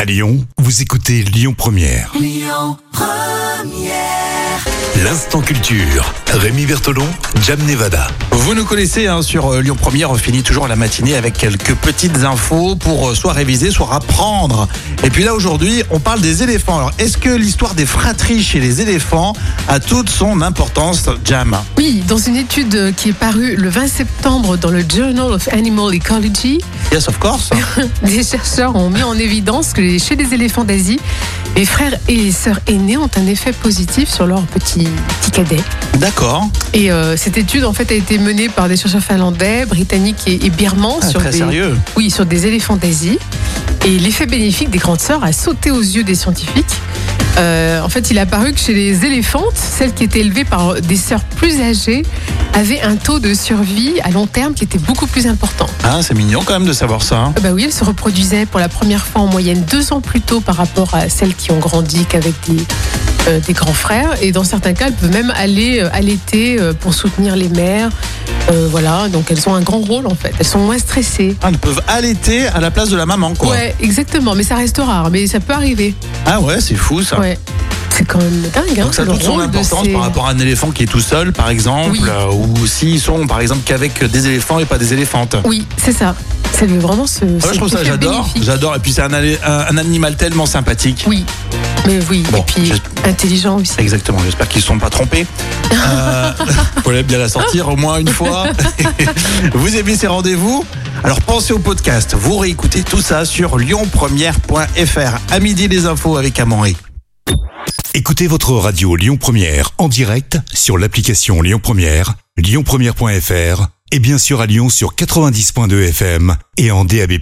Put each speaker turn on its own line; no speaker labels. À Lyon, vous écoutez Lyon Première. Lyon Première. L'instant culture. Rémi Bertolon, Jam Nevada.
Vous nous connaissez hein, sur euh, Lyon Première, on finit toujours la matinée avec quelques petites infos pour euh, soit réviser, soit apprendre. Et puis là aujourd'hui, on parle des éléphants. Alors, est-ce que l'histoire des fratries chez les éléphants a toute son importance, Jam
Oui, dans une étude qui est parue le 20 septembre dans le Journal of Animal Ecology,
Yes, of course.
des chercheurs ont mis en évidence que chez les éléphants d'Asie, les frères et les sœurs aînés ont un effet positif sur leurs petits, petits cadets.
D'accord.
Et euh, cette étude en fait a été menée par des chercheurs finlandais, britanniques et, et birmans
Ah,
sur
très
des,
sérieux.
oui, sur des éléphants d'Asie. Et l'effet bénéfique des grandes sœurs a sauté aux yeux des scientifiques. Euh, en fait, il a apparu que chez les éléphantes, celles qui étaient élevées par des sœurs plus âgées avaient un taux de survie à long terme qui était beaucoup plus important.
Hein, c'est mignon quand même de savoir ça. hein.
Ah Bah oui, elles se reproduisaient pour la première fois en moyenne deux ans plus tôt par rapport à celles qui ont grandi qu'avec des, euh, des grands frères. Et dans certains cas, elles peuvent même aller euh, allaiter euh, pour soutenir les mères. Euh, voilà, donc elles ont un grand rôle en fait. Elles sont moins stressées.
Ah, Ils peuvent allaiter à la place de la maman, quoi.
Ouais, exactement. Mais ça reste rare, mais ça peut arriver.
Ah ouais, c'est fou ça.
Ouais. C'est quand même dingue. Hein,
Donc ça a
le
toute son
rôle de
importance
ces-
par rapport à un éléphant qui est tout seul, par exemple,
Oui.
euh, ou s'ils sont, par exemple, qu'avec des éléphants et pas des éléphantes.
Oui, c'est ça. Ça veut vraiment se.
Ah ouais, je trouve ça, j'adore, j'adore. Et puis c'est un, allé- un- un animal tellement sympathique.
Oui, mais oui.
Bon,
Et puis
j'es-
intelligent aussi.
Exactement, j'espère qu'ils ne sont pas trompés. Euh, fallait bien la sortir au moins une fois. vous aimez ces rendez-vous Alors pensez au podcast, vous réécoutez tout ça sur lyonpremière.fr. À midi les infos avec Amandé.
Écoutez votre radio Lyon Première en direct sur l'application Lyon Première, lyonpremière.fr et bien sûr à Lyon sur 90.2 FM et en DAB+.